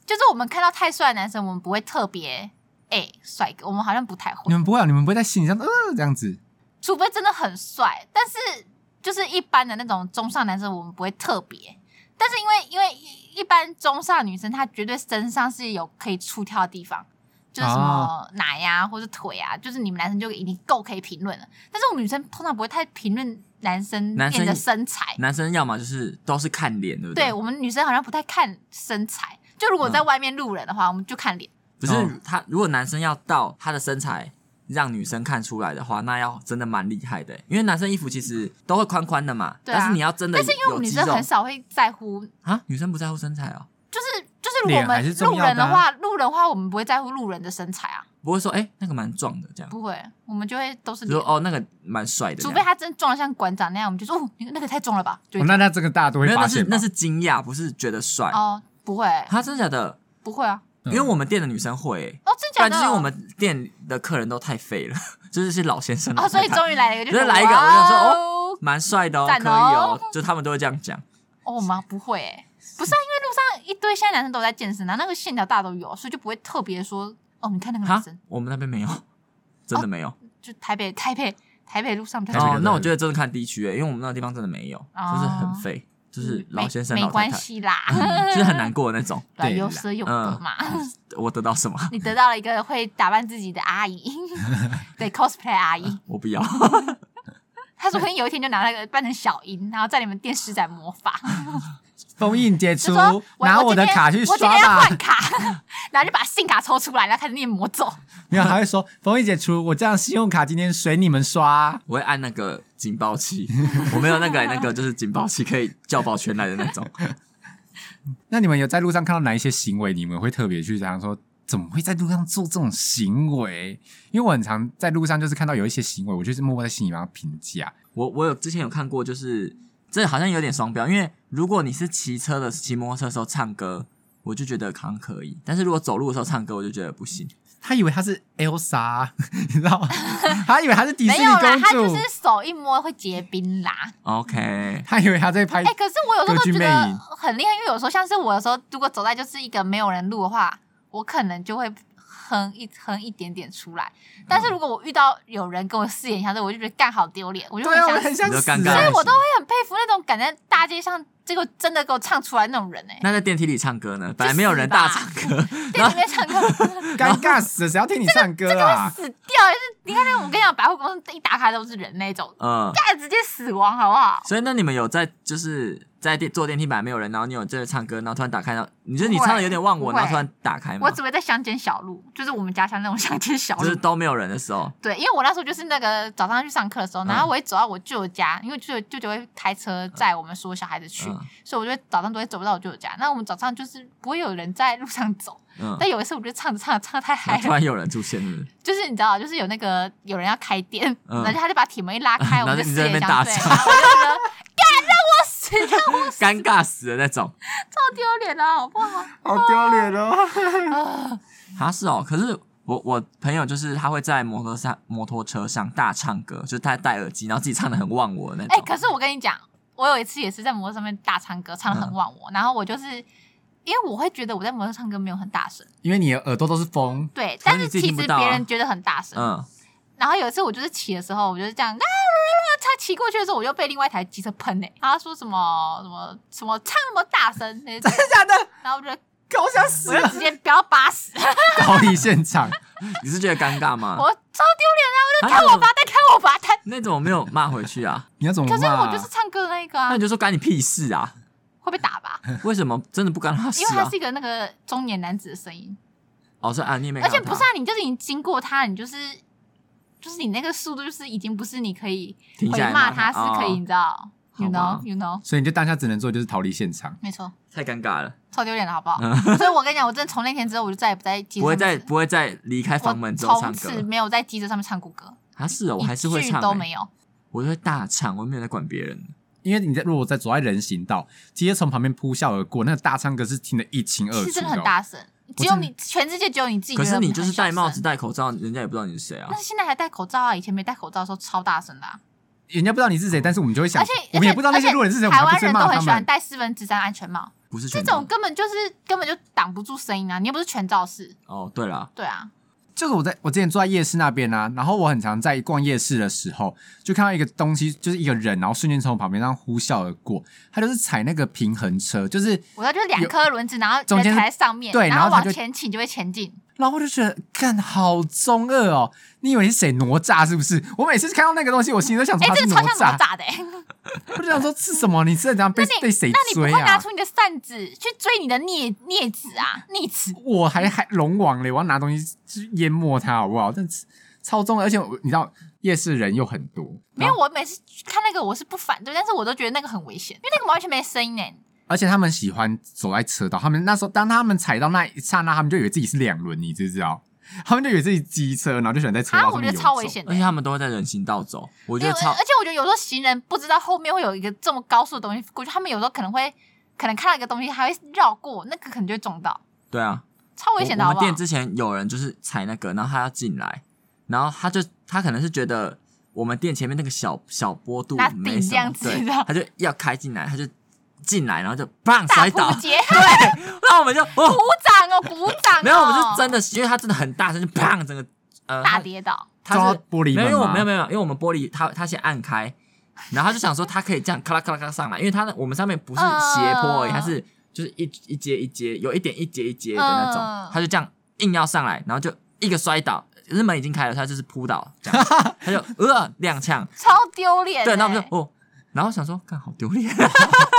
就是我们看到太帅的男生，我们不会特别哎帅哥，我们好像不太
你
会，
们不会、啊，你们不会在心里上呃这样子。
除非真的很帅。但是就是一般的那种中上男生，我们不会特别。但是因为因为一一般中上女生，她绝对身上是有可以出挑的地方，就是什么
啊
奶呀、或者腿啊，就是你们男生就已经够可以评论了。但是我们女生通常不会太评论男生
男生
练的身材，
男生要么就是都是看脸，对不
对我们女生好像不太看身材，就如果在外面路人的话，我们就看脸。
可是
哦
他如果男生要到他的身材让女生看出来的话，那要真的蛮厉害的，欸因为男生衣服其实都会宽宽的嘛，
对啊
但是你要真的
但是因为我
有
们女
肌
生
肉
很少会在乎，
啊，女生不在乎身材哦，
就是就是如果我
脸还
们
是重
路
要
人
的啊
的话，路人的话我们不会在乎路人的身材啊，
不会说哎、那个蛮壮的这样，
不会，我们就会都是
就说
脸。
哦那个蛮帅的这
除
样，
非他真壮的像馆长那样，我们就说哦，那个那个太壮了吧，就
哦那那这个大家都
没
会
有
发
那
现
是
吧
那是惊讶，不是觉得帅，
哦，不会，
他真的假的？
不会啊，
嗯
因为我们店的女生会、欸，
哦，真
不
假
然
的？
就是因为我们店的客人都太废了， (laughs) 就是是老先生
哦，
老
所
太
以
太，
终于来了一个，
就是是来一个我就说
哦，
蛮帅的哦，
赞
可以
哦
哦，就他们都会这样讲。
哦，我们不会哎，不是啊，因为路上一堆现在男生都在健身啊，那个线条大都有，所以就不会特别说哦，你看那个男
哈
生，，
我们那边没有，真的没有。
就台北台北台北路上比较
台北
少
的
哦，那
人
我觉得真的看地区、欸，因为我们那个地方真的没有，
哦嗯
就是很废，就是老先生
没
老
没
太
关
太，嗯
系啦，
就是很难过的那种。
对，
对
有
啦
舍有得
嗯
嘛。 (laughs)
我得到什么？ (laughs)
你得到了一个会打扮自己的阿姨， (laughs) 对 cosplay 阿姨，
我不要。
她说不定有一天就拿那个 (laughs) 扮成小樱，然后在你们店施展魔
(laughs)
法，
封印解
就
除
说，我
拿
我
的
今天
卡去
我今
刷
天要
吧。
换卡， (laughs) 然后就把信卡抽出来，然后开始念魔
(laughs)
咒，
没有，还会说封印解除，我这样信用卡今天随你们刷。
我会按那个警报器，我没有那个那个就是警报器可以叫保全来的那种。
那你们有在路上看到哪一些行为，你们会特别去想说，怎么会在路上做这种行为？因为我很常在路上就是看到有一些行为，我就是默默在心里帮他评价。
我我有之前有看过，就是这好像有点双标，因为如果你是骑车的骑摩托车的时候唱歌，我就觉得好像可以；但是如果走路的时候唱歌，我就觉得不行。
他以为他是 Elsa，你 (laughs) 知
(laughs)
道吗？他以为他是迪
没
士
有
尼
啦，
公
她就
主，
是手一摸会结冰啦。
OK，
他以为他在拍
哎、可是我有时候
歌
都
剧
觉
魅
得
影
很厉害，因为有时候像是我有时候如果走在就是一个没有人路的话，我可能就会哼一哼一点点出来。但是如果我遇到有人跟我四眼相对，我就觉得干好丢脸，我就
对啊，我
很
很想
想
你
死
就尴
啊。
尬
所以
了
我都会很佩服那种敢在大街上，结果真的给我唱出来那种人哎、
那在电梯里唱歌呢？本来没有人大唱歌，
店里面唱歌 (laughs)
尴尬死了，谁要听你唱歌啊？
死掉，就是你看那种我跟你讲，百货公司一打卡都是人那种，
嗯。
干直接死亡好不好？
所以那你们有在就是在电坐电梯本来没有人，然后你有在这唱歌，然后突然打开，然后你就是你
不会
唱的有点忘我，
不会
然后突然打开嘛
我，只会在乡间小路，就是我们家乡那种乡间小
就
路
是，都没有人的时候，
对，因为我那时候就是那个早上去上课的时候，
嗯
然后我一走到我舅舅家，因为舅舅舅舅会开车载我们所有小孩子去，
嗯
所以我就早上都会走到我舅舅家。那我们早上就是不会有人在路上走，
嗯，
但有一次我就唱着唱着唱得太嗨
然后突
了，
然有人出现是
(laughs)
不是，
就是你知道，就是有那个有人要开店，
嗯
然后他就把铁门一拉开，
(laughs) 然
我
后
们就四
你在那
眼相
边大
对，
笑
然后我就觉得 (laughs) 干让我死，让我
尴尬死的那种。
丢脸哦了，好不好？
好丢脸哦！
啊
啊，是哦，可是我我朋友就是他会在摩托上摩托车上大唱歌，就是他戴耳机，然后自己唱的很忘我的那
哎、
种。
可是我跟你讲，我有一次也是在摩托上面大唱歌，唱的很忘
嗯
我，然后我就是。因为我会觉得我在摩托唱歌没有很大声，
(laughs) 因为你的耳朵都是风，
对，
可是
但
你
是
自己
其
听不
实
到啊
别人觉得很大声。
嗯，
然后有一次我就是骑的时候，我就是这样，啊，他骑过去的时候，我就被另外一台机车喷嘞、然后他说什么什么什么唱那么大声，那
真的假的？
然后我就
搞想死
(laughs) 我就直接飙八十，
啊
逃离现场，
你是觉得尴尬吗？
(laughs) 我超丢脸啊！我就
啊
看我罚单，看我罚单。
那怎么没有骂回去啊？
你要怎么
可是
骂
我就是唱歌的那一个啊
那，你就啊说干你屁事啊？
会被打
(laughs)
吧？
为什么真的不干他事
因为他
啊
是？一个那个中年男子的声音，
哦，是啊，你也没
而
看到
且
他，
不是啊，你就是你经过他，你就是就是你那个速度，就是已经不是你可以
停
回
下来
骂
他
他是可以，
哦
你知道？ ，you
好吧
know，you know，
所以你就当下只能做的就是逃离现场。
没错，
太尴尬了，
超丢脸了，好不好？所以我跟你讲，我真的从那天之后，我就再也不
(laughs)
在机车
嗯不会
上
再
面，
不会再离开房门之后
我
唱
从
歌
此没有在机车上面唱过歌，
啊？是哦，我
一
还是会
句
唱、
都
欸
没有。
我就会大唱，我没有在管别人。
因为你在如果在走在人行道，直接从旁边呼啸而过，那个大唱歌是听得一清二楚
是真的
哦
很大声，只有
真的
你全世界只有你自己。
可是你就是戴帽子、，戴口罩，人家也不知道你是谁啊
但。是现在还戴口罩啊，以前没戴口罩的时候超大声的、啊，
人家不知道你是谁，但是我们就会想，
而且
我们也不知道那些路人是谁，
而
我们
且
还
台湾
不是
人都
骂
很
他
喜欢
们。
戴四分之三安全帽，
不是
这
全
嗯
罩
种根本就是根本就挡不住声音啊！你又不是全罩式，
哦，对了，
对啊，
就是我在我之前住在夜市那边啊，然后我很常在逛夜市的时候，就看到一个东西，就是一个人，然后瞬间从我旁边这样呼啸而过，他就是踩那个平衡车，就是
我要就是两颗轮子，然后
中
人
间
踩在上面，
对
然
然后他
往
就
前倾就会前进。
然后我就觉得，看好中二哦！你以为是谁哪吒是不是？我每次看到那个东西，我心里都想说
哎、
他
这
是
个
哪
超像哪
吒，
吒的、欸，
我就想说是什么？你是怎样被
那你
被谁
那你不
追
会拿
啊？
出你的扇子去追你的镊镊子啊？逆子，
我还还龙王嘞，我要拿东西去淹没他好不好？但是超中二，而且我你知道夜市人又很多，
没有，，我每次看那个我是不反对，但是我都觉得那个很危险，因为那个完全没声音呢、欸
而且他们喜欢走在车道，他们那时候当他们踩到那一刹那，他们就以为自己是两轮，你知不知道？他们就以为自己机车，然后就喜欢在车
啊，
道
我
上
觉
面
得
游
超危
走。
险的
而
欸、
且他们都会在人行道走，我觉
因为
得超
而且我觉得有时候行人不知道后面会有一个这么高速的东西过去，他们有时候可能会可能看到一个东西还会绕过，那个可能就会撞到，
对啊。
超危
我
险的
我
好不
们
好
店？之前有人就是踩那个，然后他要进来，然后他就他可能是觉得我们店前面那个小小坡度
拿
没
顶
什
这样
么，
子
对
的，
他就要开进来，他就进来，然后就砰
大
摔倒 (laughs)
扑，街，对，
那我们就
鼓
哦，
(laughs) 掌哦，鼓掌、哦，
没有，我们是真的，因为他真的很大声，就砰，整个呃
大
他
跌倒，
他
撞
是
到玻璃
没有，
门
因为我
吗
没有没有，因为我们玻璃他他先按开，然后他就想说他可以这样咔啦咔啦咔啦上来，因为他的我们上面不是斜坡而已，
嗯
它是就是一一阶一阶，有一点一阶一阶的那种，
嗯
他就这样硬要上来，然后就一个摔倒，可是门已经开了，他就是扑倒，这样他就呃踉跄，
超丢脸、欸。
对，那我们就哦。然后想说，干好丢脸！啊
(laughs)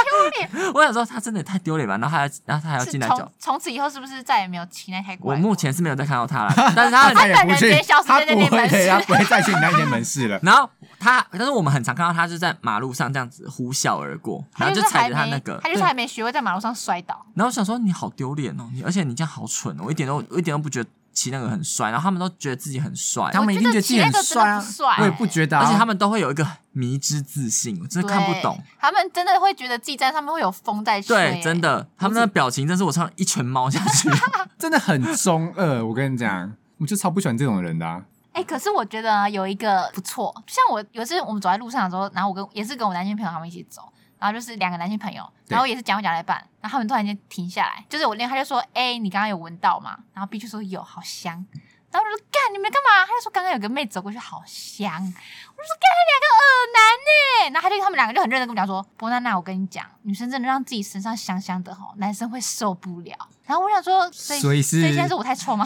我想说，他真的也太丢脸吧？然后他还，然后他还要
是
进来
从
脚。
从此以后是不是再也没有骑那台
我
怪？
目前是没有再看到他了，但是他
他
他也
本人
不
直接
去
消，失
他
在那
不
间
会，
门市
对他不会再去你那间门市 (laughs) 了。
然后他，但是我们很常看到他是在马路上这样子呼啸而过，
他
然后
就是
踩
还
着
没，
他那个，
他就是
对
还没学会在马路上摔倒。
然后我想说你好丢脸哦，你而且你这样好蠢哦，我一点都我一点都不觉得骑那个很帅，然后他们都觉得自己很帅，
他们一定
我觉
得
得
自己
骑那
很
个真的
帅啊
不帅，欸
我也不觉得、啊，
而且他们都会有一个迷之自信，我真的看不懂
对。，他们真的会觉得自己在上面会有风在吹、欸
对，真。的，他们那个表情真是我差点一拳猫下
(laughs)
去。
真的很中二。我跟你讲，我就超不喜欢这种人的、啊。
哎、可是我觉得啊有一个不错，像我有一次我们走在路上的时候，然后我跟也是跟我男性朋友他们一起走，然后就是两个男性朋友，
对
然后也是讲话讲到一半，然后他们突然间停下来，就是我那他就说：“哎、你刚刚有闻到吗？”然后 B 就说：“有，好香。”然后我就说：“干，你们干嘛？”他就说：“刚刚有个妹走过去，好香。”我就说：“干，他两个耳男呢、然后他就他们两个就很认真地跟我讲说：“伯娜娜，我跟你讲，女生真的让自己身上香香的吼，男生会受不了。”然后我想说，所以
所以是
所以现在是我太臭吗？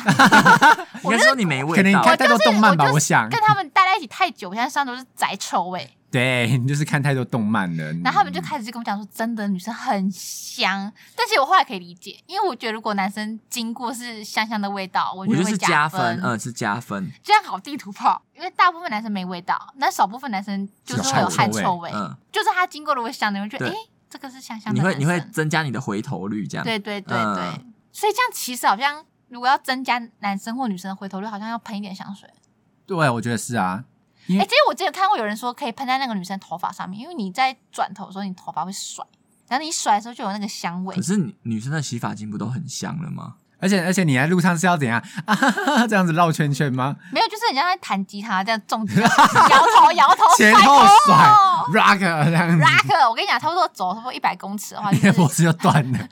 (laughs)
应该说你没
可能
味
你
道，
看太多动漫吧，
我就是
我想。
跟他们待在一起太久，我现在身上都是宅臭味。
对你就是看太多动漫了。
然后他们
嗯
就开始就跟我讲说，真的女生很香，但是我后来可以理解，因为我觉得如果男生经过是香香的味道，我
我
觉
觉
得
得
会
是加
分
分，。嗯，是加分，
这样好地图炮，因为大部分男生没味道，那少部分男生就是会有汗
有
臭
臭
味，
嗯，
就是他经过如果香的，你会觉得哎
对，
诶这个是香香的
你
男
会
生。
你会增加你的回头率这样。
对对对
嗯
对，所以这样其实好像如果要增加男生或女生的回头率，好像要喷一点香水。
对，我觉得是啊，因
哎、
为
其实我之前看过有人说可以喷在那个女生头发上面，因为你在转头的时候，你头发会甩，然后你甩的时候就有那个香味
可。是女女生的洗发精不都很香了吗？
而且而且你在路上是要怎样啊哈哈哈这样子绕圈圈吗？
没有，就是很像在弹吉他这样
(laughs)
重击，摇头摇头，
前后甩
哦
rock 啊这样子， (laughs)
Rock，我跟你讲，差不多走差不多一百公尺的话，就
你的
是
脖子就断了，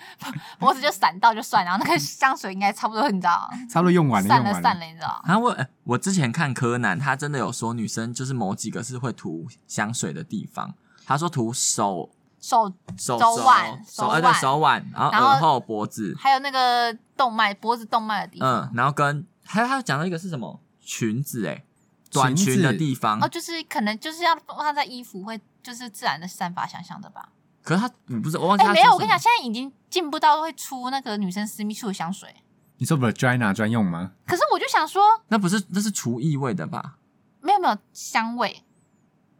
脖子就闪到就算，然后那个香水应该差不多，你知道，
差不多用完了，
散
用
了
完
散。了，你知道。
啊，我呃我之前看柯南，他真的有说女生就是某几个是会涂香水的地方，他说涂手
手
手
手腕
手
手
呃对
腕
手腕，然后
然后
耳后脖子，
还有那个动脉，脖子动脉的地方，
嗯，然后跟还有他有讲到一个是什么裙子哎、短
裙
裙的
子
地方，
哦，就是可能就是要放在衣服会，就是自然的散发香香的吧。
可是他嗯不是我忘记
哎、
他
没
说
有，
什
我跟你
么
讲，现在已经进步到会出那个女生私密处的香水。
你说 vagina 专用吗？
可是我就想说，
那不是那是除异味的吧？
没有没有香味，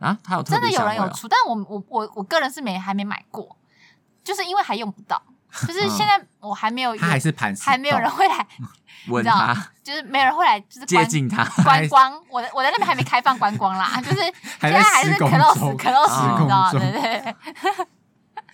啊，它有特
真的
别
有
香
人
味、
有
哦。
出，但我我我我个人是没还没买过，就是因为还用不到，就是现在我还没有用，
它还是盘丝，
还没有人，会来，
闻
你知道
它，
就是没有人会来，就是
接
观
近它。
还
观光。我的我在那边还没开放观光啦，就是
还
现在还
施
是
工
close
中，
close，你知道吗？
施工中
对对对，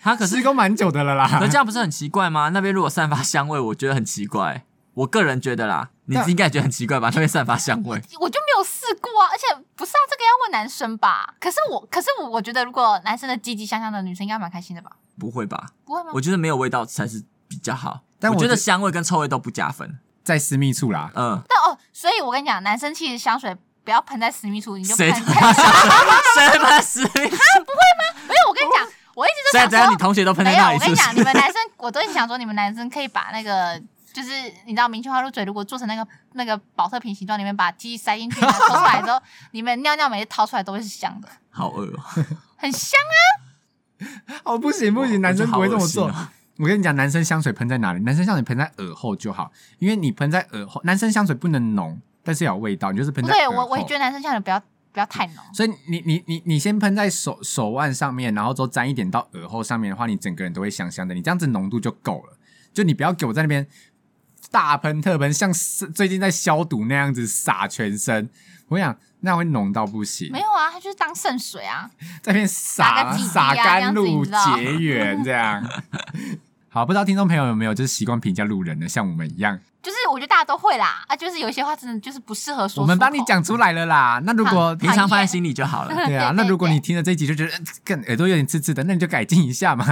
它可是
施工蛮久的了啦。
可这样不是很奇怪吗？那边如果散发香味，我觉得很奇怪。我个人觉得啦，你
但
应该也觉得很奇怪吧？那边散发香味，
我就没有试过啊，而且不是啊，这个要问男生吧？可是我，可是我，我觉得如果男生的积极向上的女生应该蛮开心的吧？
不会吧？
不会吗？
我觉得没有味道才是比较好。
但
我
我
觉得
觉
香味跟臭味都不加分。
在私密处
(laughs)
啦，
嗯，
但哦，所以我跟你讲，男生其实香水不要喷在私密处，你就喷
谁
在。
他妈香水？ (laughs) 谁把
(laughs)
私密？
没有，我跟你讲，我一直都
现在
想
怎样？你
说，
同学都喷在
没有，
那
我
里
跟
是
你
不
讲，你
是？
们男生，我都想说，你们男生可以把那个。就是你知道明确化露嘴，如果做成那个那个保特瓶形状，里面把鸡塞进去，然后抽出来之后，你们尿尿每次掏出来都会是香的，
好恶哦、
很香啊！
哦不行不
我
行，男生不会这么
我
做
觉得好恶。心哦
我跟你讲，男生香水喷在哪里？男生香水喷在耳后就好，因为你喷在耳后，男生香水不能浓，但是要有味道，你就是喷
不
在耳
对，
后。
嗯
我我也觉得男生香水不要不要太浓，
所以你你你你先喷在手手腕上面，然后之后沾一点到耳后上面的话，你整个人都会香香的。你这样子浓度就够了，就你不要给我在那边大喷特喷，像是最近在消毒那样子洒全身。我想那会浓到不行
没，有啊，它就是当圣水啊。
在那边洒
打个几滴啊
洒甘露
这样子
结
你
缘这样。 (laughs) 好，不知道听众朋友有没有就是习惯评价路人的，像我们一样，
就是我觉得大家都会啦，啊，就是有一些话真的就是不适合说出口。
我们帮你讲出来了啦。那如
(laughs)
果
平常
讨
放在
厌
心里就好了。
对啊，
对对
那如果
对
你听了这一集就觉得呃更耳朵有点刺刺的，那你就改进一下嘛。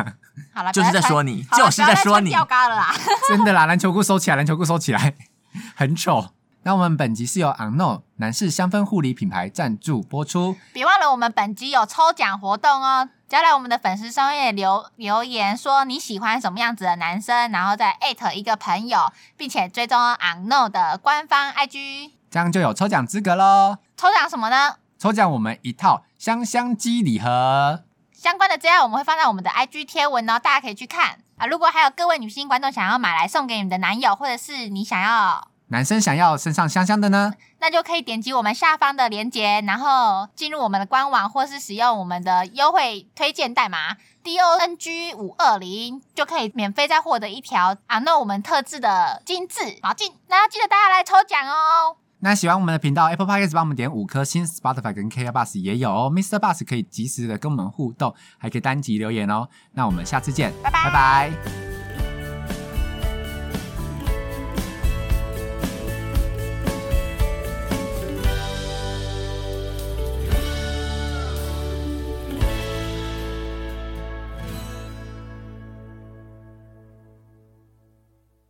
好了，
就是在说你就是在说你
掉嘎了啦。
(laughs) 真的啦，篮球裤收起来，篮球裤收起来， (laughs) 很丑。那我们本集是由 Unknown 男士香氛护理品牌赞助播出。
别忘了我们本集有抽奖活动哦，只要来我们的粉丝商业留留言说你喜欢什么样子的男生，然后再艾特一个朋友，并且追踪 unknown 的官方 IG。
这样就有抽奖资格喽。
抽奖什么呢？
抽奖我们一套香香鸡礼盒。
相关的资料我们会放在我们的 IG 贴文哦，大家可以去看啊。如果还有各位女性观众想要买来送给你们的男友，或者是你想要
男生想要身上香香的呢？
那就可以点击我们下方的链接，然后进入我们的官网，或是使用我们的优惠推荐代码 D O N G 五二零，就可以免费再获得一条啊，那我们特制的精致毛巾。那记得大家来抽奖哦！
那喜欢我们的频道，Apple Podcast 帮我们点五颗星，Spotify 跟 KK Bus 也有哦。Mr. Bus 可以及时的跟我们互动，还可以单集留言哦。那我们下次见，
拜拜
拜拜